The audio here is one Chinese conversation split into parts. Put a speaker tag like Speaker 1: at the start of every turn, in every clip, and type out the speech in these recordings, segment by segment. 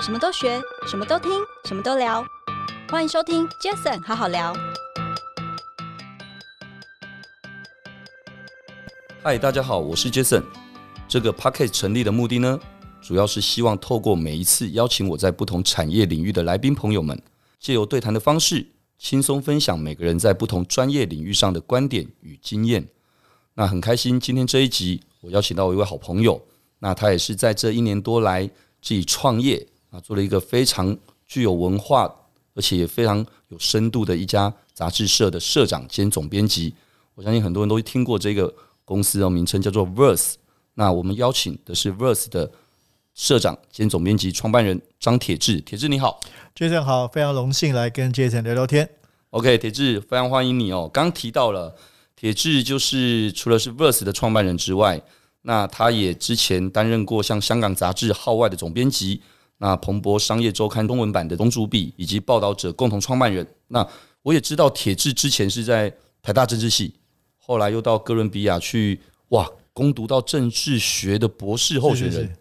Speaker 1: 什么都学，什么都听，什么都聊。欢迎收听 Jason 好好聊。
Speaker 2: 嗨，大家好，我是 Jason。这个 Pocket 成立的目的呢，主要是希望透过每一次邀请我在不同产业领域的来宾朋友们，借由对谈的方式，轻松分享每个人在不同专业领域上的观点与经验。那很开心，今天这一集我邀请到一位好朋友，那他也是在这一年多来自己创业啊，做了一个非常具有文化，而且也非常有深度的一家杂志社的社长兼总编辑。我相信很多人都听过这个公司哦，名称叫做 Verse。那我们邀请的是 Verse 的社长兼总编辑、创办人张铁志。铁志你好
Speaker 3: Jason 好，非常荣幸来跟 Jason 聊聊天。
Speaker 2: ，OK，铁志非常欢迎你哦。刚提到了铁志，就是除了是 Verse 的创办人之外，那他也之前担任过像香港杂志《号外》的总编辑，那彭博商业周刊中文版的总主笔，以及报道者共同创办人。那我也知道铁志之前是在台大政治系，后来又到哥伦比亚去哇攻读到政治学的博士候选人。
Speaker 3: 是是是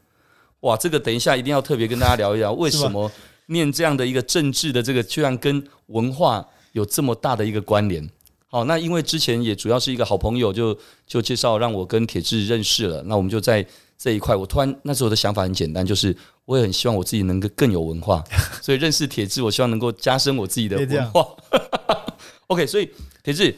Speaker 2: 哇，这个等一下一定要特别跟大家聊一聊，为
Speaker 3: 是
Speaker 2: 什
Speaker 3: 吧
Speaker 2: 么念这样的一个政治的这个，居然跟文化有这么大的一个关联？好，那因为之前也主要是一个好朋友就就介绍让我跟铁志认识了，那我们就在这一块，我突然那时候的想法很简单，就是我也很希望我自己能够更有文化，所以认识铁志，我希望能够加深我自己的
Speaker 3: 别这样
Speaker 2: 文化。OK，所以铁志，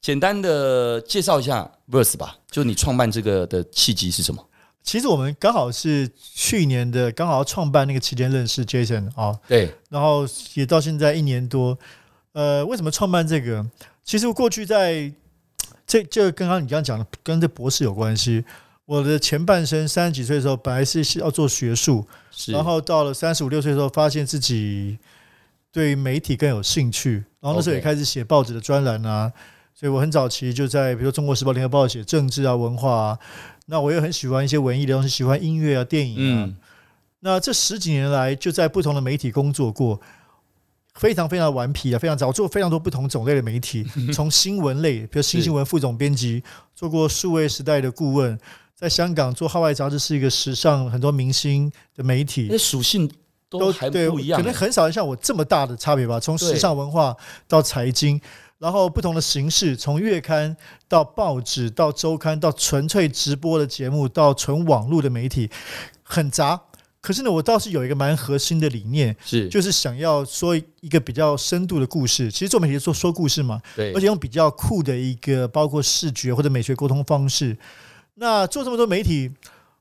Speaker 2: 简单的介绍一下 Verse 吧，就你创办这个的契机是什么？
Speaker 3: 其实我们刚好是去年的，刚好要创办那个期间认识 Jason 啊、
Speaker 2: 对，
Speaker 3: 然后也到现在一年多。呃，为什么创办这个？其实我过去在这这刚刚你刚刚讲的，跟这博士有关系。我的前半生三十几岁的时候，本来是是要做学术，
Speaker 2: 是，
Speaker 3: 然后到了三十五六岁的时候，发现自己对媒体更有兴趣，然后那时
Speaker 2: OK
Speaker 3: 候也开始写报纸的专栏啊，所以我很早期就在比如说《中国时报》《联合报》写政治啊、文化啊，那我也很喜欢一些文艺的东西，喜欢音乐啊、电影啊。
Speaker 2: 嗯，
Speaker 3: 那这十几年来，就在不同的媒体工作过，非常非常顽皮啊，非常早，我做非常多不同种类的媒 体，从新闻类，比如新
Speaker 2: 是
Speaker 3: 新闻副总编辑，做过数位时代的顾问，在香港做《号外》杂志是一个时尚很多明星的媒体，
Speaker 2: 那属性都还
Speaker 3: 对，
Speaker 2: 不一样
Speaker 3: 可能
Speaker 2: 欸，
Speaker 3: 很少人像我这么大的差别吧。从时尚文化到财经，然后不同的形式，从月刊到报纸到周刊，到纯粹直播的节目，到纯网络的媒体，很杂。可是呢，我倒是有一个蛮核心的理念，
Speaker 2: 是，
Speaker 3: 就是想要说一个比较深度的故事。其实做媒体做说故事嘛，
Speaker 2: 对
Speaker 3: 而，且用比较酷的一个包括视觉或者美学沟通方式。那做这么多媒体，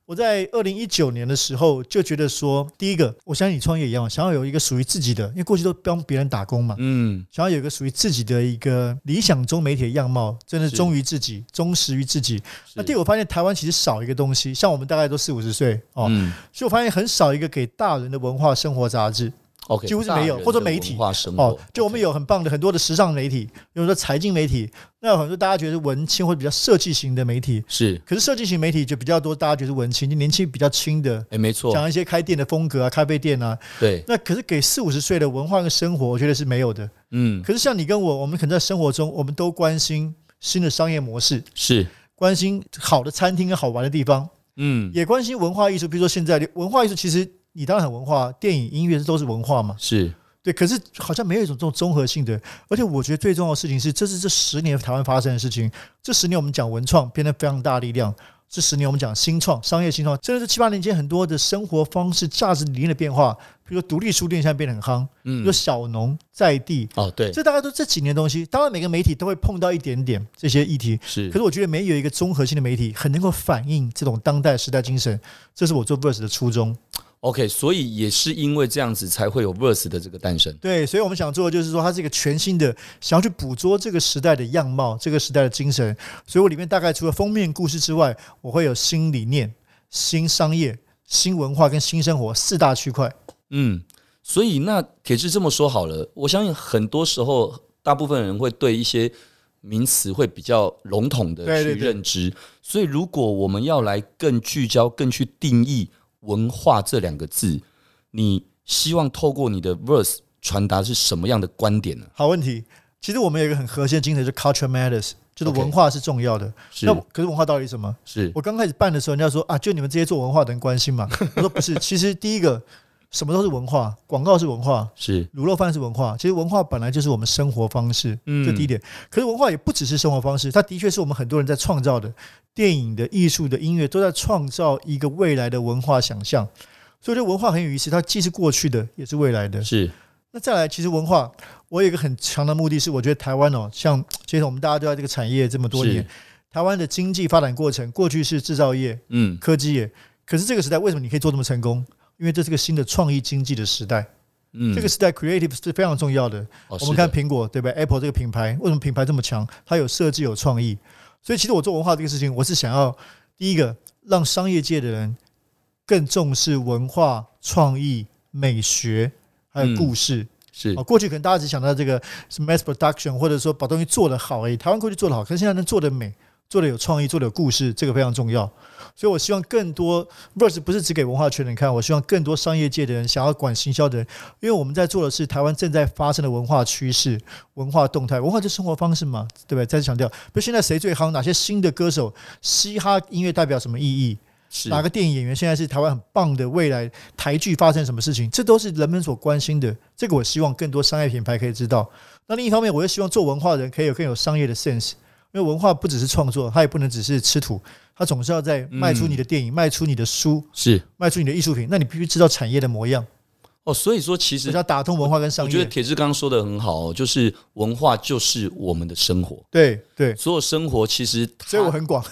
Speaker 3: 我在二零一九年的时候就觉得说，第一个，我相信你创业一样，想要有一个属于自己的，因为过去都帮别人打工嘛，
Speaker 2: 嗯，
Speaker 3: 想要有一个属于自己的一个理想中媒体的样貌，真的
Speaker 2: 是
Speaker 3: 忠于自己，忠实于自己。那第
Speaker 2: 是
Speaker 3: 二，我发现台湾其实少一个东西，像我们大概都四五十岁哦，
Speaker 2: 嗯
Speaker 3: 所以我发现很少一个给大人的文化生活杂志。
Speaker 2: ，OK，
Speaker 3: 哦几乎是没有
Speaker 2: 大人
Speaker 3: 或者
Speaker 2: 的
Speaker 3: 媒体
Speaker 2: 文化生
Speaker 3: 哦
Speaker 2: 活，，
Speaker 3: 就我们有很棒的很多的时尚媒体，比如说财经媒体，那有很多大家觉得文青或者比较设计型的媒体，
Speaker 2: 是，
Speaker 3: 可是设计型媒体就比较多，大家觉得文青，就年轻比较轻的，
Speaker 2: 哎，没错，
Speaker 3: 讲一些开店的风格啊、咖啡店啊，
Speaker 2: 对，
Speaker 3: 那可是给四五十岁的文化跟生活，我觉得是没有的。
Speaker 2: 嗯，
Speaker 3: 可是像你跟我，我们可能在生活中，我们都关心新的商业模式，
Speaker 2: 是，
Speaker 3: 关心好的餐厅跟好玩的地方，
Speaker 2: 嗯，
Speaker 3: 也关心文化艺术，比如说现在的文化艺术，其实你当然很文化，电影、音乐这都是文化嘛。
Speaker 2: 是，
Speaker 3: 对，可是好像没有一种这种综合性的，而且我觉得最重要的事情是，这是这十年台湾发生的事情。这十年我们讲文创变得非常大力量，这十年我们讲新创、商业新创，甚至是七八年间很多的生活方式、价值理念的变化，比如说独立书店现在变得很夯，比
Speaker 2: 嗯
Speaker 3: 如，小农在地，
Speaker 2: 哦，对，
Speaker 3: 这大概都这几年的东西。当然，每个媒体都会碰到一点点这些议题，
Speaker 2: 是
Speaker 3: 可，是我觉得没有一个综合性的媒体很能够反映这种当代时代精神，这是我做 Verse 的初衷。
Speaker 2: OK，所以也是因为这样子才会有 Verse 的这个诞生。
Speaker 3: 对，所以我们想做的就是说，它是一个全新的，想要去捕捉这个时代的样貌，这个时代的精神。所以我里面大概除了封面故事之外，我会有新理念、新商业、新文化跟新生活四大区块。
Speaker 2: 嗯，所以那铁志这么说好了，我相信很多时候大部分人会对一些名词会比较笼统的
Speaker 3: 对
Speaker 2: 去
Speaker 3: 对对
Speaker 2: 认知，所以如果我们要来更聚焦、更去定义“文化”这两个字，你希望透过你的 verse 传达是什么样的观点呢？
Speaker 3: 好问题，其实我们有一个很核心的精神，就是 culture matters，就是
Speaker 2: OK
Speaker 3: 文化是重要的。
Speaker 2: 是
Speaker 3: 那我可是文化到底是什么？
Speaker 2: 是
Speaker 3: 我刚开始办的时候，人家说啊，就你们这些做文化的人关心嘛。我说不是，其实第一个什么都是文化，广告是文化，
Speaker 2: 是
Speaker 3: 卤肉饭是文化。其实文化本来就是我们生活方式，
Speaker 2: 嗯
Speaker 3: 这第一点。可是文化也不只是生活方式，它的确是我们很多人在创造的，电影的、艺术的、音乐都在创造一个未来的文化想象。所以，这文化很有意思，它既是过去的，也是未来的。
Speaker 2: 嗯是
Speaker 3: 那再来，其实文化，我有一个很强的目的是，我觉得台湾哦，像其实我们大家都在这个产业这么多年
Speaker 2: 是，
Speaker 3: 台湾的经济发展过程，过去是制造业、
Speaker 2: 嗯
Speaker 3: 科技业，可是这个时代为什么你可以做这么成功？因为这是个新的创意经济的时代，
Speaker 2: 嗯，
Speaker 3: 这个时代 creative 是非常重要的。
Speaker 2: 哦
Speaker 3: 我
Speaker 2: 是
Speaker 3: 们看
Speaker 2: 的
Speaker 3: 苹果对吧？Apple 这个品牌为什么品牌这么强？它有设计，有创意。所以其实我做文化这个事情，我是想要第一个让商业界的人更重视文化、创意、美学还
Speaker 2: 嗯
Speaker 3: 有故事。
Speaker 2: 是
Speaker 3: 啊，过去可能大家只想到这个什么 mass production，或者说把东西做得好而已。台湾过去做得好，可是现在能做得美、做得有创意、做得有故事，这个非常重要。所以我希望更多 verse 不是只给文化圈的人看，我希望更多商业界的人、想要管行销的人，因为我们在做的是台湾正在发生的文化趋势、文化动态。文化就是生活方式嘛，对不对？再次强调，比如现在谁最夯，哪些新的歌手，嘻哈音乐代表什么意义？
Speaker 2: 是
Speaker 3: 哪个电影演员现在是台湾很棒的未来台剧发生什么事情，这都是人们所关心的。这个我希望更多商业品牌可以知道。那另一方面，我又希望做文化的人可以有更有商业的 sense，因为文化不只是创作，它也不能只是吃土，它总是要在卖出
Speaker 2: 嗯
Speaker 3: 你的电影、卖出你的书、
Speaker 2: 是
Speaker 3: 卖出你的艺术品。那你必须知道产业的模样，
Speaker 2: 哦，所以说其实
Speaker 3: 比较打通文化跟
Speaker 2: 我
Speaker 3: 商
Speaker 2: 觉得
Speaker 3: 业。
Speaker 2: 铁志刚刚说的很好哦，就是文化就是我们的生活，
Speaker 3: 对对，
Speaker 2: 所有生活其实它
Speaker 3: 所以我很广。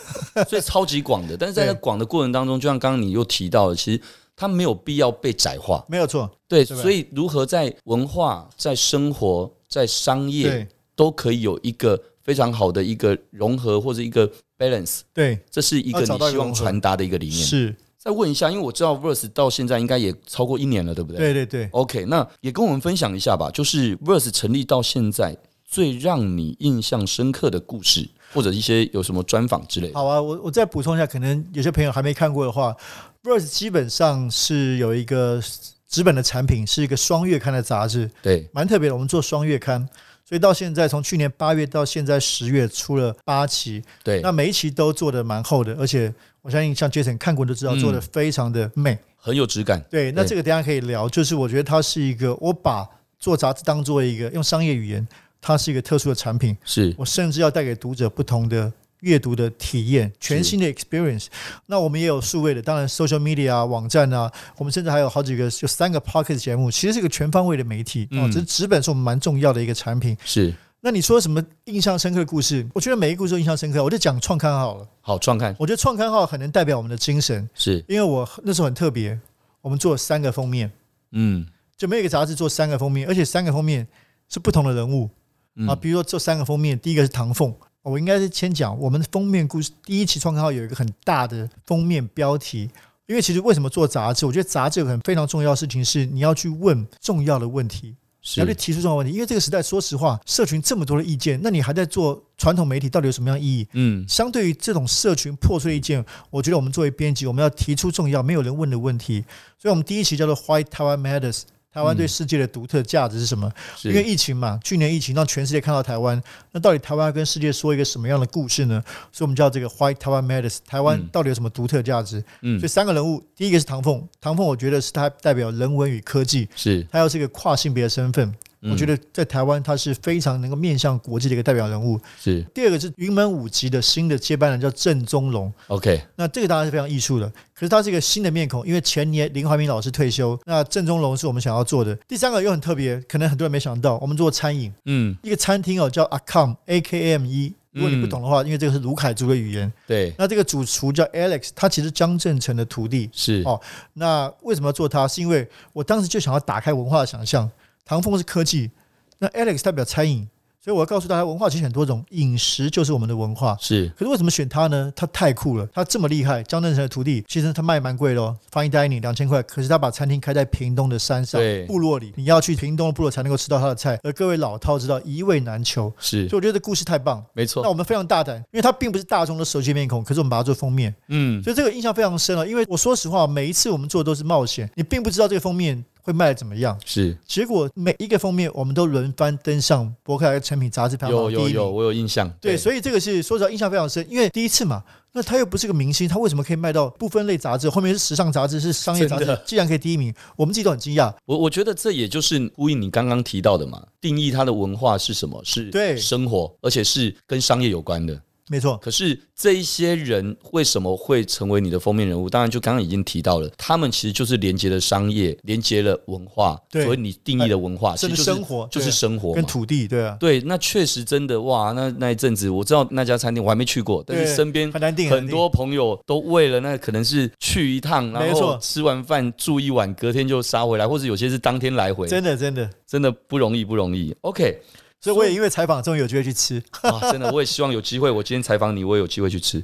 Speaker 2: 所以超级广的，但是在
Speaker 3: 对
Speaker 2: 那广的过程当中，就像刚刚你又提到的，其实它没有必要被窄化，
Speaker 3: 没有错，
Speaker 2: 对，
Speaker 3: 对吧
Speaker 2: 所以如何在文化、在生活、在商业
Speaker 3: 对
Speaker 2: 都可以有一个非常好的一个融合或者一个 balance，
Speaker 3: 对
Speaker 2: 这是一个
Speaker 3: 要找
Speaker 2: 你
Speaker 3: 到一个
Speaker 2: 希
Speaker 3: 融
Speaker 2: 望
Speaker 3: 合
Speaker 2: 传达的一个理念。
Speaker 3: 是，
Speaker 2: 再问一下，因为我知道 Verse 到现在应该也超过一年了，对不对？
Speaker 3: 对对对。
Speaker 2: OK，那也跟我们分享一下吧，就是 Verse 成立到现在最让你印象深刻的故事，或者一些有什么专访之类的。
Speaker 3: 好啊，我我再补充一下，可能有些朋友还没看过的话，Verse 基本上是有一个纸本的产品，是一个双月刊的杂志，
Speaker 2: 对，
Speaker 3: 蛮特别的。我们做双月刊，所以到现在从去年八月到现在十月出了八期，
Speaker 2: 对
Speaker 3: 那，每一期都做的蛮厚的，而且我相信像 Jason 看过都知道，
Speaker 2: 嗯
Speaker 3: 做的非常的美。
Speaker 2: 很有质感。
Speaker 3: 对，那
Speaker 2: 对
Speaker 3: 这个等一下可以聊，就是我觉得它是一个，我把做杂志当做一个用商业语言，它是一个特殊的产品。
Speaker 2: 是
Speaker 3: 我甚至要带给读者不同的阅读的体验，全新的 experience。那我们也有数位的，当然 social media 啊、网站啊，我们甚至还有好几个，就三个 p o c k e t 节目，其实是一个全方位的媒体。哦，
Speaker 2: 嗯
Speaker 3: 只是纸本是我们蛮重要的一个产品。
Speaker 2: 是，
Speaker 3: 那你说什么印象深刻的故事？我觉得每一个故事都印象深刻。我就讲创刊好了，
Speaker 2: 好创刊
Speaker 3: 我觉得创刊号很能代表我们的精神，
Speaker 2: 是，
Speaker 3: 因为我那时候很特别，我们做了三个封面，
Speaker 2: 嗯
Speaker 3: 就每一个杂志做三个封面，而且三个封面是不同的人物。
Speaker 2: 嗯
Speaker 3: 啊，比如说这三个封面，第一个是唐凤，我应该是先讲我们的封面故事。第一期创刊号有一个很大的封面标题，因为其实为什么做杂志？我觉得杂志有个很非常重要的事情是你要去问重要的问题，你要去
Speaker 2: 是
Speaker 3: 提出重要的问题。因为这个时代，说实话，社群这么多的意见，那你还在做传统媒体，到底有什么样的意义？
Speaker 2: 嗯
Speaker 3: 相对于这种社群破碎的意见，我觉得我们作为编辑，我们要提出重要没有人问的问题。所以，我们第一期叫做 “Why Taiwan Matters”，台湾对
Speaker 2: 嗯
Speaker 3: 世界的独特价值是什么？因为
Speaker 2: 是
Speaker 3: 疫情嘛，去年疫情让全世界看到台湾，那到底台湾要跟世界说一个什么样的故事呢？所以我们叫这个 Why Taiwan Matters，台湾
Speaker 2: 嗯
Speaker 3: 到底有什么独特价值？
Speaker 2: 嗯
Speaker 3: 所以三个人物，第一个是唐凤，唐凤我觉得是他代表人文与科技，
Speaker 2: 是，
Speaker 3: 他又是一个跨性别的身份，我觉
Speaker 2: 得
Speaker 3: 得在台湾他是非常能够面向国际的一个代表人物。
Speaker 2: 是
Speaker 3: 第二个是云门舞集的新的接班人叫郑宗龙，
Speaker 2: OK
Speaker 3: 那这个当然是非常艺术的，可是它是一个新的面孔，因为前年林怀民老师退休，那郑中龙是我们想要做的。第三个又很特别，可能很多人没想到，我们做餐饮，
Speaker 2: 嗯
Speaker 3: 一个餐厅哦叫 Akam A K M 一，如果你不懂的话，因为这个是卢凯族的语言，
Speaker 2: 对
Speaker 3: 那这个主厨叫 Alex，他其实江正成的徒弟。
Speaker 2: 是
Speaker 3: 哦那为什么要做他？是因为我当时就想要打开文化的想象，唐风是科技，那 Alex 代表餐饮，所以我要告诉大家，文化其实很多种，饮食就是我们的文化。
Speaker 2: 是
Speaker 3: 可是为什么选他呢？他太酷了，他这么厉害。江正成的徒弟，其实他卖蛮贵的哦，fine dining 两千块。可是他把餐厅开在屏东的山上
Speaker 2: 对
Speaker 3: 部落里，你要去屏东的部落才能够吃到他的菜。而各位老饕知道，一味难求。
Speaker 2: 是
Speaker 3: 所以我觉得这故事太棒。
Speaker 2: 没
Speaker 3: 那
Speaker 2: 错，
Speaker 3: 我们非常大胆，因为它并不是大众的熟悉面孔，可是我们把它做封面，
Speaker 2: 嗯
Speaker 3: 所以这个印象非常深了。因为我说实话，每一次我们做的都是冒险，你并不知道这个封面会卖的怎么样。
Speaker 2: 是
Speaker 3: 结果每一个封面我们都轮番登上博客来产品杂志排行
Speaker 2: 有
Speaker 3: 榜第一
Speaker 2: 有
Speaker 3: 名。
Speaker 2: 有，我有印象。
Speaker 3: 对，所以这个是说实话印象非常深，因为第一次嘛，那他又不是个明星，他为什么可以卖到不分类杂志？后面是时尚杂志，是商业杂
Speaker 2: 真
Speaker 3: 志
Speaker 2: 的，
Speaker 3: 竟然可以第一名，我们自己都很惊讶。
Speaker 2: 我我觉得这也就是呼应你刚刚提到的嘛，定义它的文化是什么？是
Speaker 3: 对
Speaker 2: 生活，而且是跟商业有关的。
Speaker 3: 没错，
Speaker 2: 可是这一些人为什么会成为你的封面人物？当然，就刚刚已经提到了，他们其实就是连接了商业，连接了文化，
Speaker 3: 对
Speaker 2: 所谓你定义的文化，其
Speaker 3: 甚
Speaker 2: 实
Speaker 3: 至
Speaker 2: 就是
Speaker 3: 生活
Speaker 2: 就是
Speaker 3: 对
Speaker 2: 生活
Speaker 3: 跟
Speaker 2: 嘛。
Speaker 3: 土地对啊，
Speaker 2: 对，那确实真的哇，那那一阵子我知道那家餐厅我还没去过，但是
Speaker 3: 对
Speaker 2: 身边
Speaker 3: 很难定
Speaker 2: 很多朋友都为了那可能是去一趟，
Speaker 3: 没
Speaker 2: 然
Speaker 3: 错
Speaker 2: 后吃完饭住一晚，隔天就杀回来，或者有些是当天来回，
Speaker 3: 真的真的。
Speaker 2: 真的不容易，不容易。OK，
Speaker 3: 所以我也因为采访终于有机会去 吃，
Speaker 2: 啊，真的，我也希望有机会，我今天采访你，我也有机会去吃。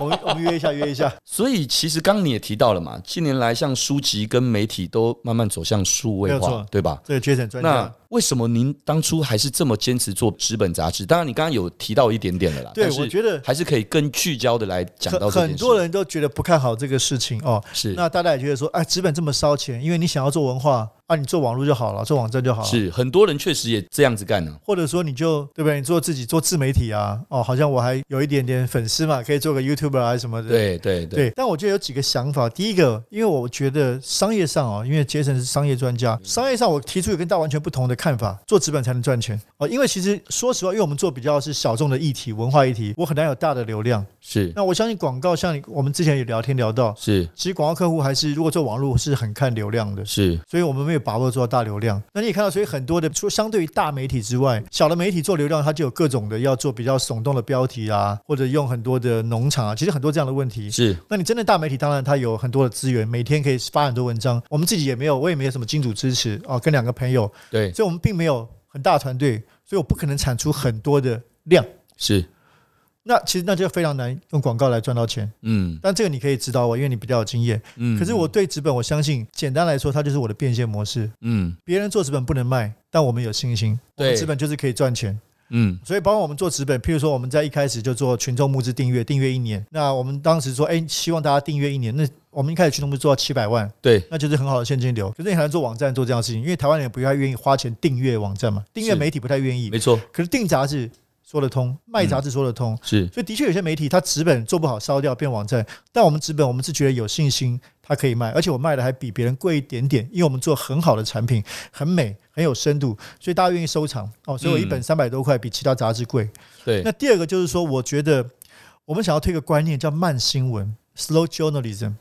Speaker 3: 我们我们约一下约一下，
Speaker 2: 所以其实刚刚你也提到了嘛，近年来像书籍跟媒体都慢慢走向数
Speaker 3: 没
Speaker 2: 位
Speaker 3: 有
Speaker 2: 化
Speaker 3: 错，
Speaker 2: 对吧？
Speaker 3: 这个 Jason 专
Speaker 2: 那
Speaker 3: 家。
Speaker 2: 为什么您当初还是这么坚持做纸本杂志？当然，你刚刚有提到一点点了啦。
Speaker 3: 对
Speaker 2: 但，是
Speaker 3: 我觉得
Speaker 2: 还是可以更聚焦的来讲到
Speaker 3: 很
Speaker 2: 这件事。
Speaker 3: 很多人都觉得不看好这个事情哦，
Speaker 2: 是
Speaker 3: 那大家也觉得说，哎，纸本这么烧钱，因为你想要做文化啊，你做网络就好了，做网站就好了。
Speaker 2: 是很多人确实也这样子干呢、
Speaker 3: 或者说你就对不对？你做自己做自媒体啊，哦，好像我还有一点点粉丝嘛，可以做个 YouTuber 啊什么的。
Speaker 2: 对对对，
Speaker 3: 对但我觉得有几个想法。第一个，因为我觉得商业上哦，因为杰森是商业专家，商业上我提出有跟大家完全不同的看法，做纸本才能赚钱哦。因为其实说实话，因为我们做比较是小众的议题、文化议题，我很难有大的流量。
Speaker 2: 是
Speaker 3: 那我相信广告，像你我们之前也聊天聊到，
Speaker 2: 是
Speaker 3: 其实广告客户还是如果做网络是很看流量的。
Speaker 2: 是，
Speaker 3: 所以我们没有把握做到大流量。那你也看到，所以很多的，除相对于大媒体之外，小的媒体做流量，它就有各种的要做比较耸动的标题啊，或者用很多的农场啊，其实很多这样的问题。
Speaker 2: 是
Speaker 3: 那你真的大媒体，当然它有很多的资源，每天可以发很多文章。我们自己也没有，我也没有什么金主支持哦，跟两个朋友，
Speaker 2: 对
Speaker 3: 所以我们并没有很大的团队，所以我不可能产出很多的量。
Speaker 2: 是，
Speaker 3: 那其实那就非常难用广告来赚到钱，
Speaker 2: 嗯
Speaker 3: 但这个你可以指导我，因为你比较有经验。
Speaker 2: 嗯。
Speaker 3: 可是我对纸本，我相信简单来说，它就是我的变现模式。
Speaker 2: 嗯
Speaker 3: 别人做纸本不能卖，但我们有信心，我
Speaker 2: 对
Speaker 3: 们纸本就是可以赚钱。
Speaker 2: 嗯
Speaker 3: 所以，包括我们做纸本，譬如说我们在一开始就做群众募资订阅，订阅一年。那我们当时说，哎，希望大家订阅一年。那我们一开始群众募资做到七百万，
Speaker 2: 对
Speaker 3: 那就是很好的现金流。可是你很难做网站做这样的事情，因为台湾人不太愿意花钱订阅网站嘛，订阅
Speaker 2: 是
Speaker 3: 媒体不太愿意
Speaker 2: 没。嗯错
Speaker 3: 可是订杂志说得通，卖杂志说得通。
Speaker 2: 是
Speaker 3: 所以的确有些媒体它纸本做不好烧掉变网站，但我们纸本我们是觉得有信心它可以卖，而且我卖的还比别人贵一点点，因为我们做很好的产品，很美，很有深度，所以大家愿意收藏哦。所以我
Speaker 2: 嗯
Speaker 3: 一本三百多块比其他杂志贵。
Speaker 2: 对
Speaker 3: 那第二个就是说，我觉得我们想要推一个观念叫慢新闻 （slow journalism）。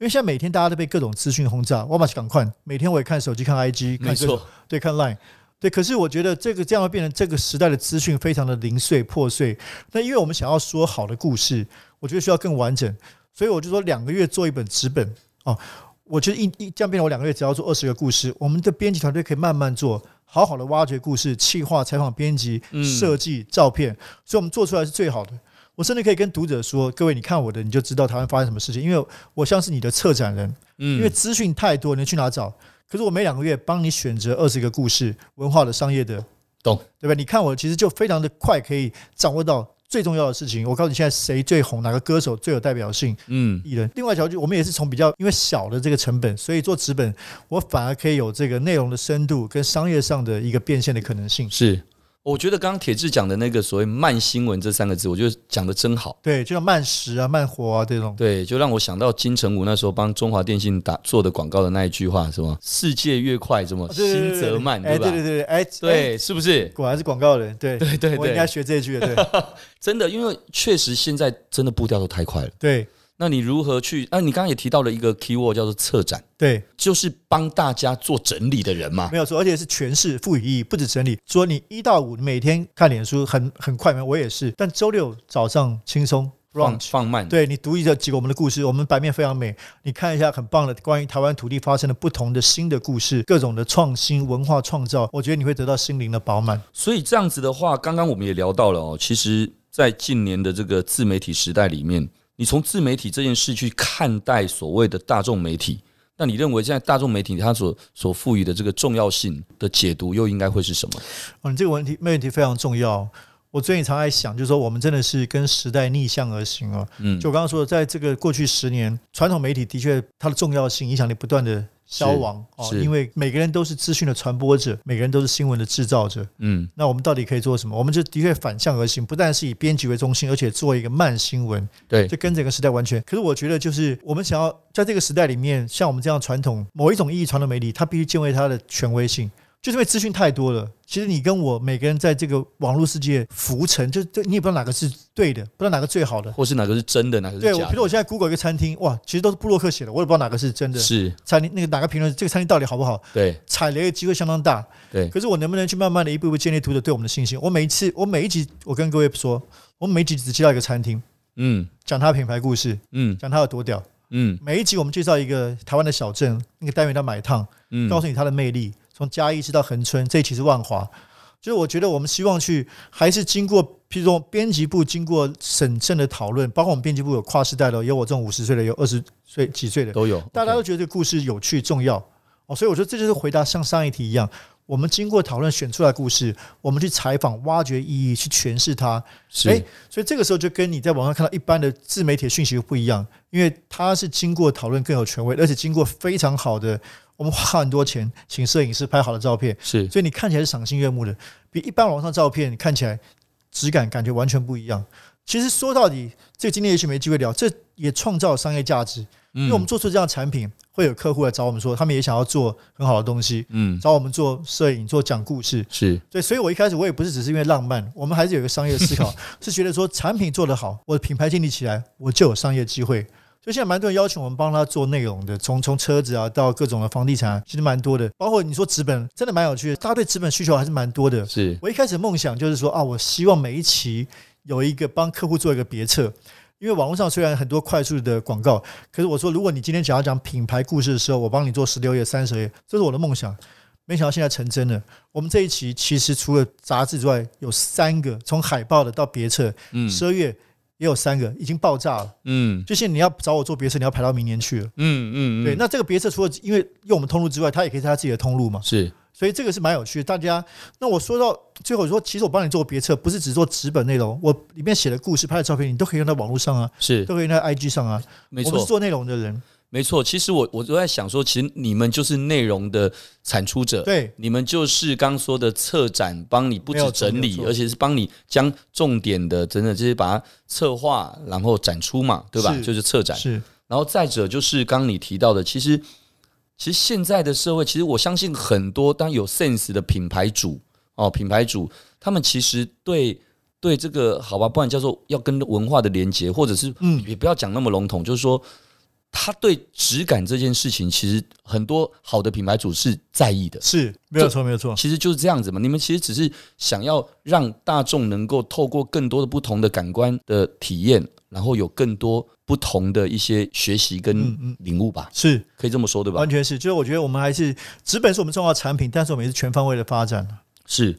Speaker 3: 因为现在每天大家都被各种资讯轰炸，我马上赶快，每天我也看手机、看 IG，
Speaker 2: 没
Speaker 3: 看
Speaker 2: 错
Speaker 3: 对，看 Line。对，可是我觉得这个这样会变成这个时代的资讯非常的零碎破碎。那因为我们想要说好的故事，我觉得需要更完整，所以我就说两个月做一本纸本哦。我觉得一一这样变成我两个月只要做二十个故事，我们的编辑团队可以慢慢做，好好的挖掘故事、企划、采访编辑、
Speaker 2: 嗯
Speaker 3: 设计、照片，所以我们做出来是最好的。我甚至可以跟读者说：“各位，你看我的，你就知道台湾发生什么事情。”因为我像是你的策展人，
Speaker 2: 嗯
Speaker 3: 因为资讯太多，你去哪找？可是我每两个月帮你选择二十个故事，文化的、商业的，
Speaker 2: 懂
Speaker 3: 对吧？你看我其实就非常的快，可以掌握到最重要的事情。我告诉你，现在谁最红，哪个歌手最有代表性，
Speaker 2: 嗯
Speaker 3: 艺人。另外一条就我们也是从比较因为小的这个成本，所以做纸本，我反而可以有这个内容的深度跟商业上的一个变现的可能性。
Speaker 2: 是。我觉得刚刚铁志讲的那个所谓“慢新闻”这三个字，我觉得讲的真好。
Speaker 3: 对，就像慢食啊、慢活啊这种。
Speaker 2: 对，就让我想到金城武那时候帮中华电信打做的广告的那一句话，什么“世界越快，什么
Speaker 3: 哦对对对
Speaker 2: 心则慢”，对
Speaker 3: 哎，对
Speaker 2: 吧？
Speaker 3: 对对，哎，哎，
Speaker 2: 对，是不是？
Speaker 3: 果然是广告人，对
Speaker 2: 对对
Speaker 3: 我应该
Speaker 2: 对，
Speaker 3: 学这句的，对
Speaker 2: 真的，因为确实现在真的步调都太快了。
Speaker 3: 对
Speaker 2: 那你如何去？啊，你刚刚也提到了一个 keyword 叫做策展，
Speaker 3: 对，
Speaker 2: 就是帮大家做整理的人嘛。
Speaker 3: 没有错，而且是诠释赋予意义，不止整理。说你一到五每天看脸书很很快吗？我也是，但周六早上轻松
Speaker 2: 放
Speaker 3: brunch。
Speaker 2: 放慢，
Speaker 3: 对你读一下几个我们的故事，我们版面非常美，你看一下很棒的关于台湾土地发生的不同的新的故事，各种的创新文化创造，我觉得你会得到心灵的饱满。
Speaker 2: 所以这样子的话，刚刚我们也聊到了哦，其实，在近年的这个自媒体时代里面，你从自媒体这件事去看待所谓的大众媒体，那你认为现在大众媒体它所所赋予的这个重要性的解读，又应该会是什么？
Speaker 3: 哦，你这个问题问题非常重要。我最近常在想，就是说我们真的是跟时代逆向而行哦。
Speaker 2: 嗯
Speaker 3: 就我刚刚说的，在这个过去十年，传统媒体的确它的重要性、影响力不断的消亡哦，
Speaker 2: 是
Speaker 3: 因为每个人都是资讯的传播者，每个人都是新闻的制造者。
Speaker 2: 嗯，
Speaker 3: 那我们到底可以做什么？我们就的确反向而行，不但是以编辑为中心，而且做一个慢新闻，
Speaker 2: 对
Speaker 3: 就，跟整个时代完全。可是我觉得，就是我们想要在这个时代里面，像我们这样传统某一种意义传统媒体，它必须建立它的权威性。就是因为资讯太多了，其实你跟我每个人在这个网络世界浮沉，就就你也不知道哪个是对的，不知道哪个最好的。
Speaker 2: 或是哪个是真的，哪个是
Speaker 3: 对，我
Speaker 2: 假
Speaker 3: 比如我
Speaker 2: 的，
Speaker 3: 现在 Google 一个餐厅，哇，其实都是布洛克写的，我也不知道哪个是真的。
Speaker 2: 是，
Speaker 3: 餐厅那个哪个评论，这个餐厅到底好不好？
Speaker 2: 对，
Speaker 3: 踩雷的机会相当大。
Speaker 2: 对，
Speaker 3: 可是我能不能去慢慢的一步一步建立读者对我们的信心？我每一次，我每一集，我跟各位说，我每一集只介绍一个餐厅，
Speaker 2: 嗯
Speaker 3: 讲它的品牌故事，
Speaker 2: 嗯
Speaker 3: 讲它有多屌。
Speaker 2: 嗯
Speaker 3: 每一集我们介绍一个台湾的小镇，那个单元叫买烫，
Speaker 2: 嗯，
Speaker 3: 告诉你它的魅力，从嘉义一直到恒春，这一期是万华。就是我觉得我们希望去，还是经过，譬如说编辑部经过审慎的讨论，包括我们编辑部有跨世代的，有我这种五十岁的，有二十岁几岁的，
Speaker 2: 都有，
Speaker 3: 大家
Speaker 2: OK
Speaker 3: 都觉得这个故事有趣重要哦，所以我觉得这就是回答像上一题一样，我们经过讨论选出来的故事，我们去采访、挖掘意义，去诠释它。哎
Speaker 2: 是，
Speaker 3: 所以这个时候就跟你在网上看到一般的自媒体讯息不一样，因为它是经过讨论更有权威，而且经过非常好的，我们花很多钱请摄影师拍好的照片，
Speaker 2: 是，
Speaker 3: 所以你看起来是赏心悦目的，比一般网上照片看起来质感感觉完全不一样。其实说到底，这个今天也许没机会聊，这也创造商业价值。因
Speaker 2: 因
Speaker 3: 为我们做出这样的产品，会有客户来找我们说，他们也想要做很好的东西，
Speaker 2: 嗯
Speaker 3: 找我们做摄影、做讲故事。
Speaker 2: 是
Speaker 3: 对，所以我一开始我也不是只是因为浪漫，我们还是有一个商业思考，是觉得说产品做得好，我的品牌建立起来，我就有商业机会。所以现在蛮多人邀请我们帮他做内容的，从从车子啊到各种的房地产啊，其实蛮多的。包括你说纸本，真的蛮有趣的，大家对纸本需求还是蛮多的。
Speaker 2: 是，
Speaker 3: 我一开始梦想就是说啊，我希望每一期有一个帮客户做一个别册，因为网络上虽然很多快速的广告，可是我说如果你今天想要讲品牌故事的时候，我帮你做十六页、三十页，这是我的梦想。没想到现在成真了。我们这一期其实除了杂志之外，有三个从海报的到别册，
Speaker 2: 嗯
Speaker 3: 十二月也有三个已经爆炸了。
Speaker 2: 嗯
Speaker 3: 就现在你要找我做别册，你要排到明年去了。
Speaker 2: 嗯嗯，
Speaker 3: 对，
Speaker 2: 嗯
Speaker 3: 那这个别册除了因为用我们通路之外，它也可以是它自己的通路嘛。
Speaker 2: 是
Speaker 3: 所以这个是蛮有趣的。大家，那我说到最后说，其实我帮你做别册，不是只做纸本内容，我里面写的故事、拍的照片，你都可以用在网络上啊，
Speaker 2: 是，
Speaker 3: 都可以用在 IG 上啊。
Speaker 2: 没
Speaker 3: 我们是
Speaker 2: 错
Speaker 3: 做内容的人，
Speaker 2: 没错。其实我我都在想说，其实你们就是内容的产出者，
Speaker 3: 对
Speaker 2: 你们就是刚说的策展，帮你不
Speaker 3: 没
Speaker 2: 止
Speaker 3: 有错
Speaker 2: 整
Speaker 3: 没
Speaker 2: 理
Speaker 3: 有，错
Speaker 2: 而且是帮你将重点的等等这些把它策划，然后展出嘛，对吧？
Speaker 3: 是
Speaker 2: 就是策展。
Speaker 3: 是
Speaker 2: 然后再者就是刚你提到的，其实其实现在的社会，其实我相信很多当有 sense 的品牌主哦，品牌主他们其实对对这个好吧，不然叫做要跟文化的连接，或者是
Speaker 3: 嗯
Speaker 2: 也不要讲那么笼统，就是说他对质感这件事情，其实很多好的品牌主是在意的。
Speaker 3: 是，没有错，没有错，
Speaker 2: 其实就是这样子嘛，你们其实只是想要让大众能够透过更多的不同的感官的体验，然后有更多不同的一些学习
Speaker 3: 嗯呃
Speaker 2: 跟
Speaker 3: 嗯
Speaker 2: 领悟吧，
Speaker 3: 是
Speaker 2: 可以这么说对吧
Speaker 3: 完？全是。就是我觉得我们还是纸本是我们重要的产品，但是我们也是全方位的发展。
Speaker 2: 是，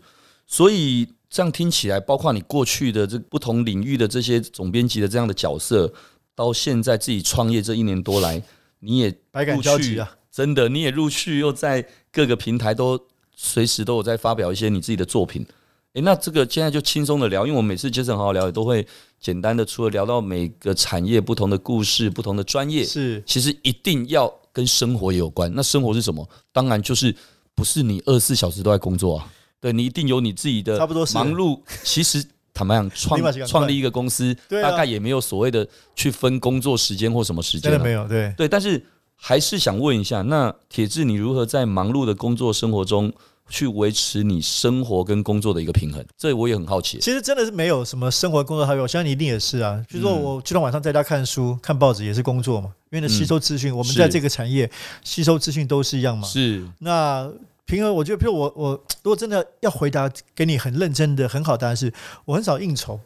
Speaker 2: 所以这样听起来，包括你过去的这不同领域的这些总编辑的这样的角色，到现在自己创业这一年多来，你也
Speaker 3: 百感
Speaker 2: 陆
Speaker 3: 交
Speaker 2: 续
Speaker 3: 集啊，
Speaker 2: 真的你也陆续又在各个平台都随时都有在发表一些你自己的作品。诶，那这个现在就轻松的聊，因为我每次杰森好好聊也都会简单的，除了聊到每个产业不同的故事、不同的专业，
Speaker 3: 是
Speaker 2: 其实一定要跟生活也有关。那生活是什么？当然就是不是你二十四小时都在工作啊，对你一定有你自己的
Speaker 3: 差不多是啊
Speaker 2: 忙碌。其实坦白讲，
Speaker 3: 立马
Speaker 2: 创
Speaker 3: 就赶快
Speaker 2: 创立一个公司，
Speaker 3: 对啊
Speaker 2: 大概也没有所谓的去分工作时间或什么时间、
Speaker 3: 真的
Speaker 2: 啊
Speaker 3: 没，有对。
Speaker 2: 对，但是还是想问一下，那铁志，你如何在忙碌的工作生活中去维持你生活跟工作的一个平衡？这我也很好奇。
Speaker 3: 其实真的是没有什么生活工作还有，我相信你一定也是啊。比如
Speaker 2: 嗯
Speaker 3: 说，我就算晚上在家看书、看报纸也是工作嘛，因为呢吸收资讯，我们
Speaker 2: 是
Speaker 3: 在这个产业吸收资讯都是一样嘛。
Speaker 2: 是，
Speaker 3: 那平衡，我觉得，譬如我我如果真的要回答给你很认真的很好答案是，我很少应酬，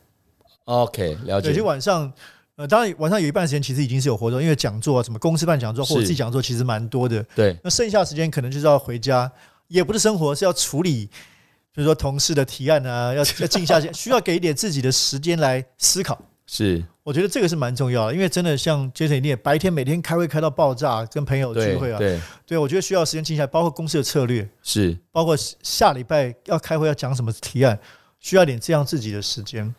Speaker 2: OK，了
Speaker 3: 对，
Speaker 2: 解
Speaker 3: 就，晚上。呃，当然，晚上有一半时间其实已经是有活动，因为讲座啊，什么公司办讲座或者
Speaker 2: 是
Speaker 3: 自己讲座，其实蛮多的。
Speaker 2: 对，
Speaker 3: 那剩下的时间可能就是要回家，也不是生活，是要处理，比如说同事的提案 啊，要要静下心，需要给一点自己的时间来思考。
Speaker 2: 是，
Speaker 3: 我觉得这个是蛮重要的，因为真的像 Jason 一定也白天每天开会开到爆炸，跟朋友聚
Speaker 2: 对
Speaker 3: 会啊，
Speaker 2: 对，
Speaker 3: 对我觉得需要时间静下来，包括公司的策略，
Speaker 2: 是。
Speaker 3: 包括下礼拜要开会要讲什么提案，需要点这样自己的时间。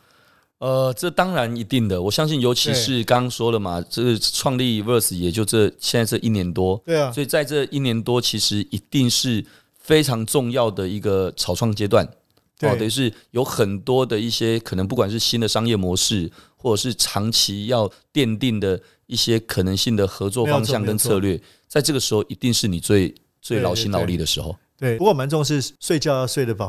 Speaker 2: 呃，这当然一定的，我相信，尤其
Speaker 3: 对
Speaker 2: 是刚刚说了嘛，这个创立 Verse 也就这现在这一年多，
Speaker 3: 对啊，
Speaker 2: 所以在这一年多，其实一定是非常重要的一个草创阶段。
Speaker 3: 对
Speaker 2: 哦，等于是有很多的一些可能，不管是新的商业模式，或者是长期要奠定的一些可能性的合作
Speaker 3: 没有错
Speaker 2: 方向跟策略，在这个时候一定是你最最劳心劳力的时候。
Speaker 3: 对。不过我蛮重视睡觉要睡得饱，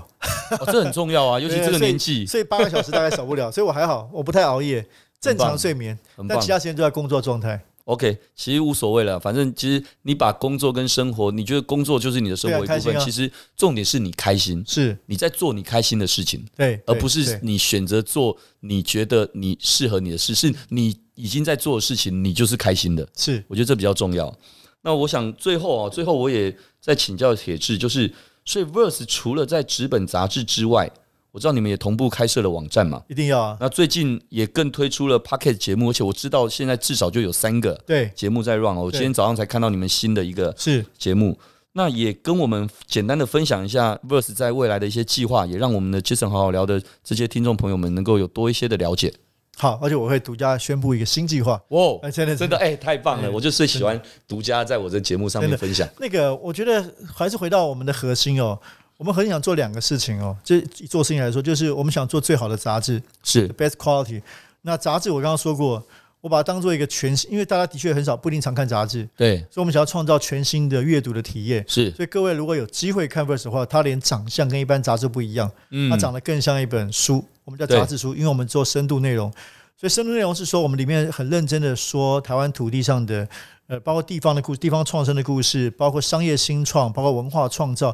Speaker 2: 哦，这很重要啊，尤其这个年纪，
Speaker 3: 睡八个小时大概少不了，所以我还好，我不太熬夜，正常睡眠，
Speaker 2: 很
Speaker 3: 但
Speaker 2: 棒
Speaker 3: 其。他时间都在工作状态。
Speaker 2: OK，其实无所谓了，反正其实你把工作跟生活，你觉得工作就是你的生活一
Speaker 3: 对啊
Speaker 2: 部分，
Speaker 3: 开心啊
Speaker 2: 其实重点是你开心，
Speaker 3: 是
Speaker 2: 你在做你开心的事情。
Speaker 3: 对，
Speaker 2: 而
Speaker 3: 对
Speaker 2: 不是
Speaker 3: 对
Speaker 2: 你选择做你觉得你适合你的事，是你已经在做的事情，你就是开心的。
Speaker 3: 是
Speaker 2: 我觉得这比较重要。那我想最后啊，最后我也在请教铁志，就是所以 Verse 除了在纸本杂志之外，我知道你们也同步开设了网站嘛。
Speaker 3: 一定要啊，
Speaker 2: 那最近也更推出了 Pocket 节目，而且我知道现在至少就有三个
Speaker 3: 对，
Speaker 2: 节目在 run 哦。我
Speaker 3: 对
Speaker 2: 今天早上才看到你们新的一个
Speaker 3: 是
Speaker 2: 节目，那也跟我们简单的分享一下 Verse 在未来的一些计划，也让我们的 Jason 好好聊的这些听众朋友们能够有多一些的了解。
Speaker 3: 好，而且我会独家宣布一个新计划。
Speaker 2: 哇
Speaker 3: 哎真的是
Speaker 2: 真的哎、太棒了！
Speaker 3: 嗯
Speaker 2: 我就最喜欢独家在我这节目上面
Speaker 3: 真的
Speaker 2: 分享。
Speaker 3: 那个，我觉得还是回到我们的核心哦，我们很想做两个事情哦，就以做事情来说，就是我们想做最好的杂志
Speaker 2: 是
Speaker 3: the，best quality。那杂志我刚刚说过，我把它当做一个全新，因为大家的确很少不一定常看杂志，
Speaker 2: 对，
Speaker 3: 所以我们想要创造全新的阅读的体验。
Speaker 2: 是，
Speaker 3: 所以各位如果有机会看 Verse 的话，它连长相跟一般杂志不一样，
Speaker 2: 嗯
Speaker 3: 它长得更像一本书，我们叫杂志书，因为我们做深度内容。所以深度内容是说，我们里面很认真的说台湾土地上的，呃，包括地方的故事、地方创生的故事，包括商业新创，包括文化创造，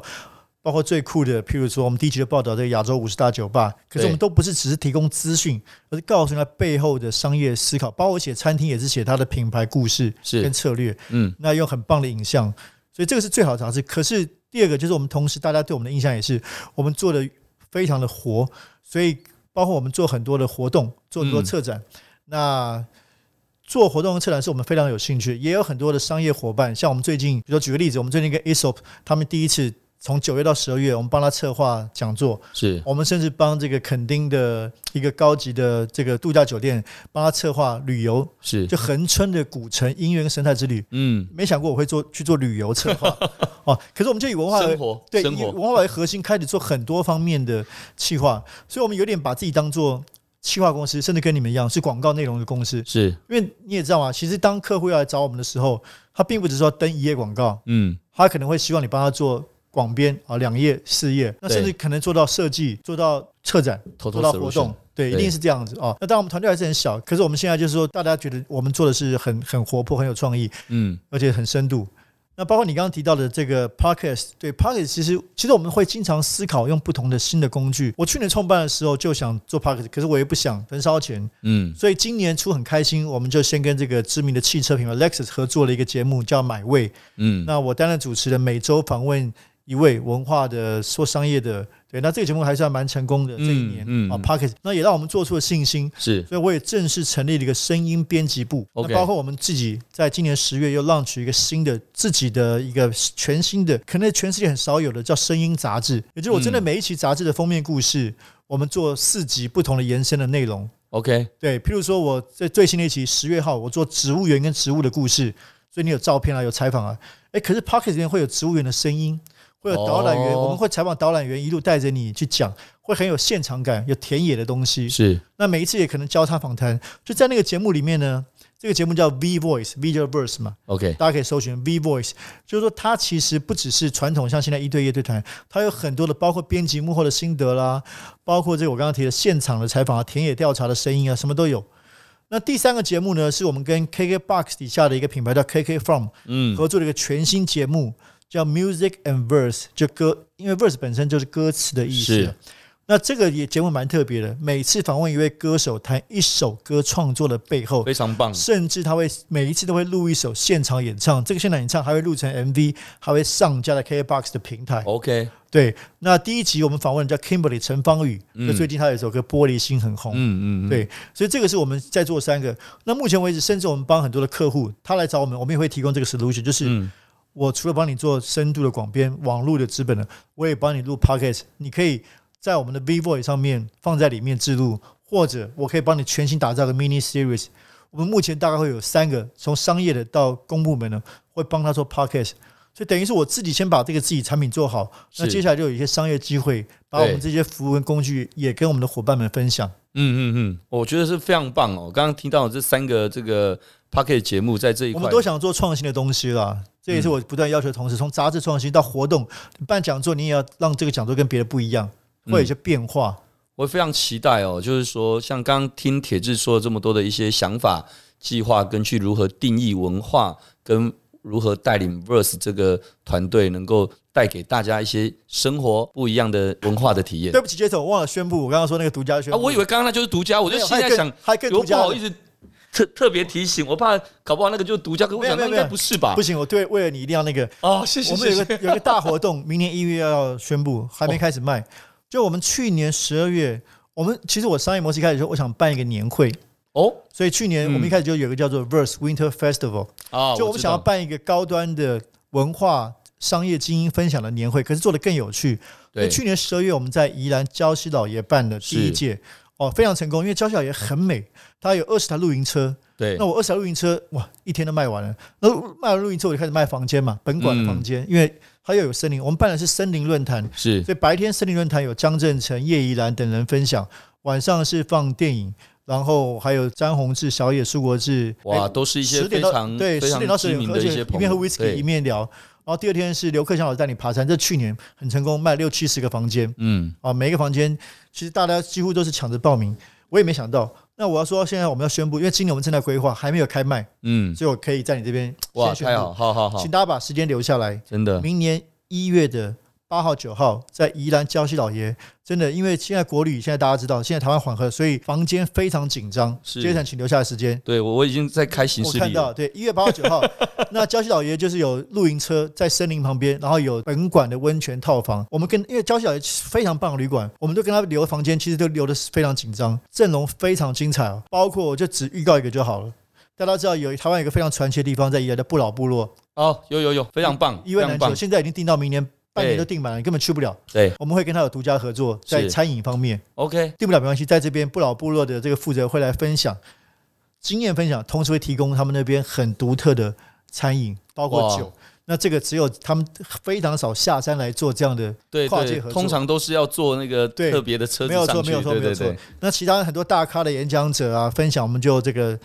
Speaker 3: 包括最酷的，譬如说我们第一集就报道这个亚洲五十大酒吧，可是我们都不是只是提供资讯，而是告诉它背后的商业思考，包括写餐厅也是写它的品牌故事
Speaker 2: 是
Speaker 3: 跟策略。
Speaker 2: 嗯，
Speaker 3: 那用很棒的影像，所以这个是最好的杂志。可是第二个就是我们同时大家对我们的印象也是，我们做的非常的活，所以包括我们做很多的活动，做很多策展。那做活动跟策展是我们非常有兴趣，也有很多的商业伙伴，像我们最近，比如说举个例子，我们最近跟 ASOP 他们第一次从九月到十二月，我们帮他策划讲座，
Speaker 2: 是，
Speaker 3: 我们甚至帮这个垦丁的一个高级的这个度假酒店帮他策划旅游，
Speaker 2: 是，
Speaker 3: 就恒春的古城音乐跟生态之旅。
Speaker 2: 嗯，
Speaker 3: 没想过我会做去做旅游策 划哦，可是我们就以文化为
Speaker 2: 生活，
Speaker 3: 对以
Speaker 2: 生活，
Speaker 3: 文化为核心，开始做很多方面的企划，所以我们有点把自己当做企划公司，甚至跟你们一样是广告内容的公司。
Speaker 2: 是，
Speaker 3: 因为你也知道嘛，其实当客户要来找我们的时候，他并不只是说登一页广告，
Speaker 2: 嗯，
Speaker 3: 他可能会希望你帮他做广编啊，两页、四页，那甚至
Speaker 2: 对
Speaker 3: 可能做到设计，做到策展，
Speaker 2: 偷偷
Speaker 3: 做到活动，对，一
Speaker 2: 对
Speaker 3: 定是这样子哦。那当然我们团队还是很小，可是我们现在就是说，大家觉得我们做的是很很活泼、很有创意，
Speaker 2: 嗯，
Speaker 3: 而且很深度。那包括你刚刚提到的这个 podcast，对 podcast，其实其实我们会经常思考用不同的新的工具。我去年创办的时候就想做 podcast，可是我也不想焚烧钱，
Speaker 2: 嗯，
Speaker 3: 所以今年初很开心，我们就先跟这个知名的汽车品牌 Lexus 合作了一个节目叫《买位》，
Speaker 2: 嗯，
Speaker 3: 那我担任主持人，每周访问一位文化的说商业的，对，那这个节目还算蛮成功的这一年、
Speaker 2: 嗯嗯
Speaker 3: 啊
Speaker 2: 嗯
Speaker 3: p o c k e t 那也让我们做出了信心，
Speaker 2: 是，
Speaker 3: 所以我也正式成立了一个声音编辑部。那
Speaker 2: OK
Speaker 3: 包括我们自己在今年十月又 launch 一个新的自己的一个全新的，可能全世界很少有的叫声音杂志，也就是我真的
Speaker 2: 嗯
Speaker 3: 每一期杂志的封面故事，我们做四集不同的延伸的内容。
Speaker 2: OK，
Speaker 3: 对，譬如说我在最新的一期十月号，我做植物园跟植物的故事，所以你有照片啊，有采访啊。诶，可是 Pocket 里面会有植物园的声音，会有导览员，
Speaker 2: 哦
Speaker 3: 我们会采访导览员一路带着你去讲，会很有现场感，有田野的东西。
Speaker 2: 是，
Speaker 3: 那每一次也可能交叉访谈，就在那个节目里面呢，这个节目叫 V Voice Visual Verse 嘛，
Speaker 2: OK，
Speaker 3: 大家可以搜寻 V Voice，就是说它其实不只是传统像现在一对一的对谈，它有很多的包括编辑幕后的心得啦，包括这个我刚刚提的现场的采访啊、田野调查的声音啊，什么都有。那第三个节目呢，是我们跟 KKBOX 底下的一个品牌叫 KK From
Speaker 2: 嗯，
Speaker 3: 合作的一个全新节目，叫 Music and Verse，就歌，因为 verse 本身就是歌词的意思
Speaker 2: 是。
Speaker 3: 那这个也节目蛮特别的，每次访问一位歌手谈一首歌创作的背后，
Speaker 2: 非常棒，
Speaker 3: 甚至他会每一次都会录一首现场演唱，这个现场演唱还会录成 MV，还会上架在 KBox 的平台。
Speaker 2: OK，
Speaker 3: 对，那第一集我们访问叫 Kimberly 陈芳宇，
Speaker 2: 嗯
Speaker 3: 就最近他有一首歌《玻璃心》很红。
Speaker 2: 嗯嗯，嗯，
Speaker 3: 对，所以这个是我们在做三个。那目前为止，甚至我们帮很多的客户，他来找我们，我们也会提供这个 solution，就是
Speaker 2: 嗯，
Speaker 3: 我除了帮你做深度的广编、网络的资本呢，我也帮你录 podcast，你可以在我们的 V Voice 上面放在里面置入，或者我可以帮你全新打造个 mini series。我们目前大概会有三个，从商业的到公部门呢，会帮他做 podcast。所以等于是我自己先把这个自己产品做好，那
Speaker 2: 是
Speaker 3: 接下来就有一些商业机会，把我们这些服务跟工具也跟我们的伙伴们分享。
Speaker 2: 嗯嗯嗯，我觉得是非常棒哦。刚刚听到这三个这个 p a c k e t 节目在这一
Speaker 3: 我
Speaker 2: 块，嗯
Speaker 3: 们都想做创新的东西啦，这也是我不断要求的同时，从杂志创新到活动，你办讲座，你也要让这个讲座跟别的不一样，
Speaker 2: 嗯
Speaker 3: 会有一些变化。
Speaker 2: 我非常期待哦，就是说，像刚刚听铁志说了这么多的一些想法、计划，跟去如何定义文化，跟如何带领 Verse 这个团队能够带给大家一些生活不一样的文化的体验
Speaker 3: 对。不起，杰总，我忘了宣布，我刚刚说那个独家宣
Speaker 2: 啊，
Speaker 3: 布，
Speaker 2: 我以为刚刚那就是独家，我
Speaker 3: 没
Speaker 2: 就
Speaker 3: 有
Speaker 2: 现在想，
Speaker 3: 还更还更
Speaker 2: 我
Speaker 3: 独
Speaker 2: 不
Speaker 3: 家的，
Speaker 2: 好意思特特别提醒，我怕搞不好那个就是独家，可我
Speaker 3: 没
Speaker 2: 想
Speaker 3: 有没
Speaker 2: 那
Speaker 3: 有
Speaker 2: 应该不是吧
Speaker 3: 不？行，我对为了你一定要那个，
Speaker 2: 哦， 谢谢
Speaker 3: 我们有
Speaker 2: 谢谢。
Speaker 3: 一个有一个大活动，明年一月要宣布，还没开始卖。就我们去年十二月，我们其实我商业模式一开始的时候，我想办一个年会，
Speaker 2: 哦
Speaker 3: 所以去年我们
Speaker 2: 嗯
Speaker 3: 一开始就有一个叫做 Verse Winter Festival，、
Speaker 2: 啊，
Speaker 3: 就我们
Speaker 2: 知
Speaker 3: 想要
Speaker 2: 道
Speaker 3: 办一个高端的文化商业精英分享的年会，可是做的更有趣。因
Speaker 2: 对
Speaker 3: 为去年十二月我们在宜兰礁溪老爷办的第一
Speaker 2: 是
Speaker 3: 届，哦，非常成功，因为礁溪老爷很美，它有二十台露营车，
Speaker 2: 对
Speaker 3: 那我二十台露营车，哇，一天都卖完了。那卖完露营车，我就开始卖房间嘛，本
Speaker 2: 嗯
Speaker 3: 馆的房间，因为它又有森林。我们办的是森林论坛，
Speaker 2: 是
Speaker 3: 所以白天森林论坛有张振成、叶怡兰等人分享，晚上是放电影，然后还有张宏志、小野、苏国志，
Speaker 2: 哇，
Speaker 3: 哎
Speaker 2: 都是一些
Speaker 3: 十
Speaker 2: 非
Speaker 3: 点到
Speaker 2: 常
Speaker 3: 对
Speaker 2: 非
Speaker 3: 十点到
Speaker 2: 常知
Speaker 3: 十点，
Speaker 2: 名
Speaker 3: 而
Speaker 2: 的一
Speaker 3: 且
Speaker 2: 些
Speaker 3: 一
Speaker 2: 朋
Speaker 3: 面喝
Speaker 2: 友，
Speaker 3: whisky
Speaker 2: 对
Speaker 3: 一面聊。然后第二天是刘克祥老师带你爬山，这去年很成功，卖六七十个房间
Speaker 2: 嗯，
Speaker 3: 啊，每一个房间其实大家几乎都是抢着报名，我也没想到。那我要说，现在我们要宣布，因为今年我们正在规划，还没有开卖，
Speaker 2: 嗯，
Speaker 3: 所以我可以在你这边
Speaker 2: 哇，
Speaker 3: 先宣
Speaker 2: 太好，
Speaker 3: 布，
Speaker 2: 好好嗯好
Speaker 3: 请，大家把时间留下来，
Speaker 2: 真的，
Speaker 3: 明年一月的八号、九号，在宜兰礁溪老爷，真的，因为现在国旅现在大家知道，现在台湾缓和，所以房间非常紧张。
Speaker 2: 是
Speaker 3: 接着请留下来时间。
Speaker 2: 对我我已经在开行
Speaker 3: 我
Speaker 2: 事
Speaker 3: 看
Speaker 2: 历
Speaker 3: 到，
Speaker 2: 了，
Speaker 3: 对，一月八号、九号， 那礁溪老爷就是有露营车在森林旁边，然后有本馆的温泉套房。我们跟因为礁溪老爷非常棒的旅馆，我们都跟他留房间，其实都留的非常紧张，阵容非常精彩哦。包括我就只预告一个就好了，大家知道有台湾有一个非常传奇的地方在宜兰的不老部落，
Speaker 2: 哦，有有有，非常棒，
Speaker 3: 一
Speaker 2: 非
Speaker 3: 位难
Speaker 2: 常棒
Speaker 3: 求，，现在已经订到明年半年
Speaker 2: 对
Speaker 3: 都订满了，你根本去不了。
Speaker 2: 对
Speaker 3: 我们会跟他有独家合作，在
Speaker 2: 是
Speaker 3: 餐饮方面
Speaker 2: ，OK，
Speaker 3: 订不了没关系，在这边不老部落的这个负责人会来分享经验分享，同时会提供他们那边很独特的餐饮，包括
Speaker 2: 哇
Speaker 3: 酒。那这个只有他们非常少下山来做这样的，
Speaker 2: 对
Speaker 3: 跨界
Speaker 2: 对
Speaker 3: 合，作
Speaker 2: 通常都是要坐那个
Speaker 3: 对
Speaker 2: 特别的车子
Speaker 3: 没有
Speaker 2: 上
Speaker 3: 错，
Speaker 2: 去，
Speaker 3: 没有错，
Speaker 2: 对
Speaker 3: 没有
Speaker 2: 对
Speaker 3: 错
Speaker 2: 对，。
Speaker 3: 那其他很多大咖的演讲者啊，分享我们就这个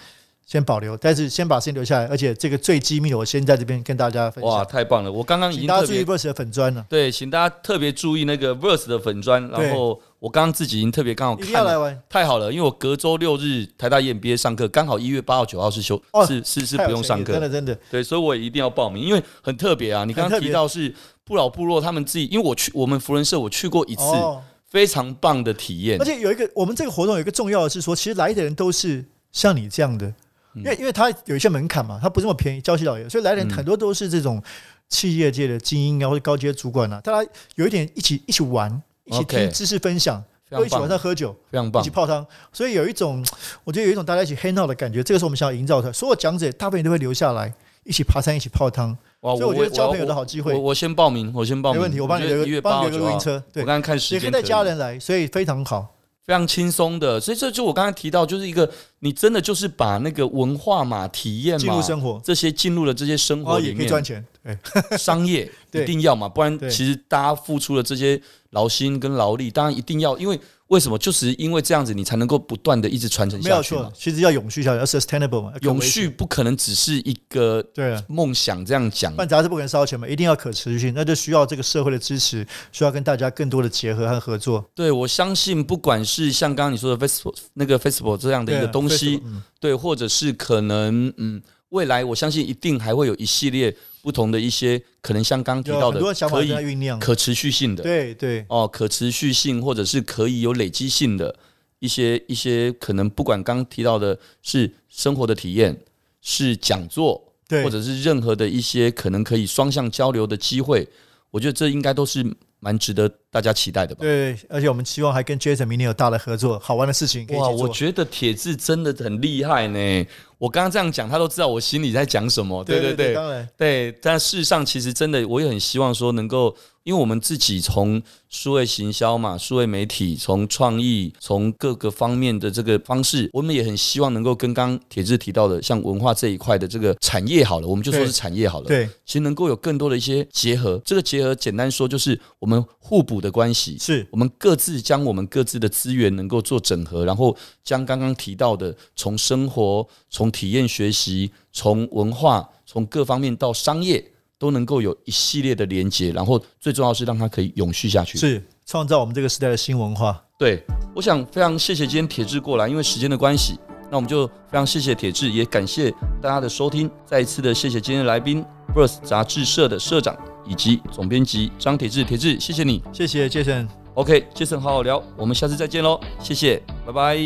Speaker 3: 先保留，但是先把时间留下来，而且这个最机密的，我先在这边跟大家分
Speaker 2: 哇，
Speaker 3: 享，
Speaker 2: 太棒了，我刚刚已
Speaker 3: 请
Speaker 2: 经
Speaker 3: 大
Speaker 2: 特
Speaker 3: 家注意
Speaker 2: 别
Speaker 3: Verse 的粉砖了。
Speaker 2: 对，请大家特别注意那个 Verse 的粉砖，
Speaker 3: 对
Speaker 2: 然后我刚刚自己已经特别刚好
Speaker 3: 一定要
Speaker 2: 看
Speaker 3: 来
Speaker 2: 了。
Speaker 3: 玩，
Speaker 2: 太好了，因为我隔周六日台大 E EMBA 上课，刚好一月八号、九号是休，
Speaker 3: 哦
Speaker 2: 是是是
Speaker 3: 太有
Speaker 2: 不用
Speaker 3: 诚意
Speaker 2: 上课
Speaker 3: 真，的真的。
Speaker 2: 对，所以我也一定要报名，因为很特别啊！你刚
Speaker 3: 很特
Speaker 2: 刚
Speaker 3: 别
Speaker 2: 提到是不老部落他们自己，因为我去我们福人社我去过一次，
Speaker 3: 哦，
Speaker 2: 非常棒的体验
Speaker 3: 而。且有一个我们这个活动有一个重要的是说，其实来的人都是像你这样的，因为因为它有一些门槛嘛，它不是那么便宜，郊区导游，所以来的人
Speaker 2: 嗯
Speaker 3: 很多都是这种企业界的精英啊，或者高阶主管啊，大家有一点一起一起玩，一起
Speaker 2: OK
Speaker 3: 听知识分享，
Speaker 2: 非
Speaker 3: 又
Speaker 2: 常
Speaker 3: 一起晚上
Speaker 2: 棒，
Speaker 3: 喝酒，
Speaker 2: 非常
Speaker 3: 一
Speaker 2: 棒
Speaker 3: 起，泡汤，所以有一种我觉得有一种大家一起 hang out 的感觉，这个是我们想要营造的。所有讲者大部分都会留下来。一起爬山，一起泡汤，
Speaker 2: 哇！
Speaker 3: 所以我觉得交朋友的好机
Speaker 2: 机
Speaker 3: 会
Speaker 2: 我，我先报名，哦我先报
Speaker 3: 没
Speaker 2: 名，
Speaker 3: 问题。我帮你
Speaker 2: 觉得
Speaker 3: 留
Speaker 2: 一
Speaker 3: 个，
Speaker 2: 月八
Speaker 3: 帮
Speaker 2: 号
Speaker 3: 你
Speaker 2: 九
Speaker 3: 留个露
Speaker 2: 号
Speaker 3: 营，车，
Speaker 2: 我
Speaker 3: 对
Speaker 2: 刚，刚看时
Speaker 3: 也可以
Speaker 2: 间，
Speaker 3: 带家人来，所以非常好。
Speaker 2: 非常轻松的，所以这就我刚才提到，就是一个你真的就是把那个文化嘛、体验
Speaker 3: 进
Speaker 2: 嘛
Speaker 3: 入。生活，
Speaker 2: 这些进入了这些生
Speaker 3: 哦，
Speaker 2: 活
Speaker 3: 也
Speaker 2: 里
Speaker 3: 可以
Speaker 2: 面，
Speaker 3: 赚钱，对。
Speaker 2: 商业
Speaker 3: 对
Speaker 2: 一定要嘛，不然
Speaker 3: 对
Speaker 2: 其实大家付出了这些劳心跟劳力，当然一定要，因为为什么？就是因为这样子，你才能够不断的一直传承
Speaker 3: 没有
Speaker 2: 下去
Speaker 3: 错
Speaker 2: 嘛。，
Speaker 3: 其实要永续下去，要 sustainable 嘛，要可
Speaker 2: 永
Speaker 3: 维持
Speaker 2: 续不可能只是一个
Speaker 3: 对啊。
Speaker 2: 梦想这样讲，
Speaker 3: 办杂志不可能烧钱嘛，一定要可持续性，那就需要这个社会的支持，需要跟大家更多的结合和合作。
Speaker 2: 对我相信，不管是像刚刚你说的 Facebook 那个 Facebook 这样的一个
Speaker 3: 对啊
Speaker 2: 东西，
Speaker 3: Facebook，嗯
Speaker 2: 对，或者是可能嗯，未来我相信一定还会有一系列不同的一些可能，像刚刚提
Speaker 3: 有
Speaker 2: 到
Speaker 3: 很
Speaker 2: 的
Speaker 3: 多想法
Speaker 2: 可
Speaker 3: 正
Speaker 2: 以
Speaker 3: 在酝酿。
Speaker 2: 可持续性的，
Speaker 3: 对对，
Speaker 2: 哦，可持续性或者是可以有累积性的一些一些可能，不管刚提到的是生活的体验，是讲座，
Speaker 3: 对
Speaker 2: 或者是任何的一些可能可以双向交流的机会，我觉得这应该都是蛮值得大家期待的吧。
Speaker 3: 对，而且我们希望还跟 Jason 明年有大的合作，好玩的事情可以一
Speaker 2: 哇，
Speaker 3: 起
Speaker 2: 我
Speaker 3: 做。
Speaker 2: 觉得铁志真的很厉害呢。我刚刚这样讲，他都知道我心里在讲什么。对
Speaker 3: 对
Speaker 2: 对，
Speaker 3: 当然
Speaker 2: 对，但事实上，其实真的，我也很希望说能够，因为我们自己从数位行销嘛、数位媒体、从创意、从各个方面的这个方式，我们也很希望能够跟刚刚铁志提到的，像文化这一块的这个产业好了，我们就说
Speaker 3: 对
Speaker 2: 是产业好了，
Speaker 3: 对，
Speaker 2: 其实能够有更多的一些结合。这个结合简单说就是我们互补的关系，
Speaker 3: 是
Speaker 2: 我们各自将我们各自的资源能够做整合，然后将刚刚提到的从生活、从体验学习、从文化、从各方面到商业，都能够有一系列的连接，然后最重要是让它可以永续下去。
Speaker 3: 是，创造我们这个时代的新文化。
Speaker 2: 对，我想非常谢谢今天铁志过来，因为时间的关系，那我们就非常谢谢铁志，也感谢大家的收听。再一次的谢谢今天的来宾 Verse 杂志社的社长以及总编辑张铁志，铁志谢谢你。
Speaker 3: 谢谢 Jason，
Speaker 2: OK，Jason 好好聊，我们下次再见喽，谢谢，拜拜。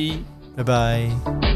Speaker 3: 拜拜。